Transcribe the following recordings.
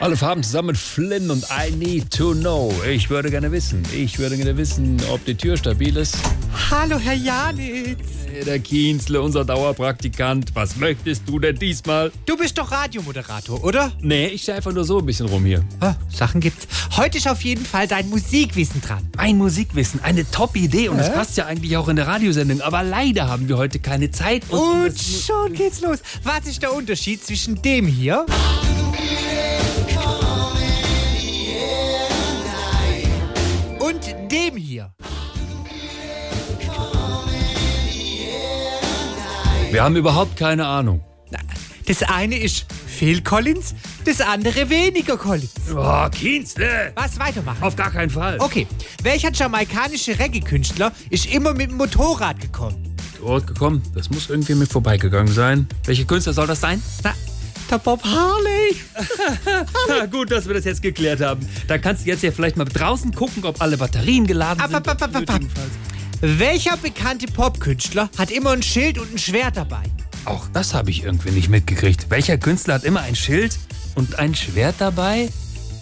Alle Farben zusammen mit Flynn und I Need to Know. Ich würde gerne wissen, ich würde gerne wissen, ob die Tür stabil ist. Hallo, Herr Janitz. Der Kienzle, unser Dauerpraktikant. Was möchtest du denn diesmal? Du bist doch Radiomoderator, oder? Nee, ich stehe einfach nur so ein bisschen rum hier. Ah, Sachen gibt's. Heute ist auf jeden Fall dein Musikwissen dran. Mein Musikwissen, eine Top-Idee und das passt ja eigentlich auch in der Radiosendung. Aber leider haben wir heute keine Zeit. Und schon geht's los. Was ist der Unterschied zwischen dem hier und dem hier? wir haben überhaupt keine Ahnung. Na, Das eine ist viel Collins, das andere weniger Collins. Oh, Kienzle! Was weitermachen? Auf gar keinen Fall. Okay, welcher jamaikanische Reggae-Künstler ist immer mit dem Motorrad gekommen? Ort gekommen. Das muss irgendwie mit vorbeigegangen sein. Welche Künstler soll das sein? Na, der Bob Harley. Ha, gut, dass wir das jetzt geklärt haben. Da kannst du jetzt ja vielleicht mal draußen gucken, ob alle Batterien geladen Ab, sind. ab, ab, ab, ab, ab. Nötigenfalls. Welcher bekannte Popkünstler hat immer ein Schild und ein Schwert dabei? Auch das habe ich irgendwie nicht mitgekriegt. Welcher Künstler hat immer ein Schild und ein Schwert dabei?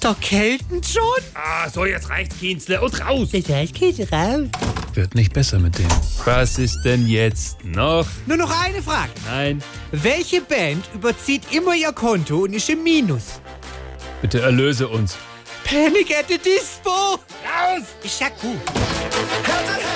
Der Kelton John? Ah, so, jetzt reicht's, Kienzle. Und raus! Das geht raus. Wird nicht besser mit dem. Was ist denn jetzt noch? Nur noch eine Frage. Nein. Welche Band überzieht immer ihr Konto und ist im Minus? Bitte erlöse uns. Panic at the Dispo! Raus! Ist ja gut. Härte, Härte.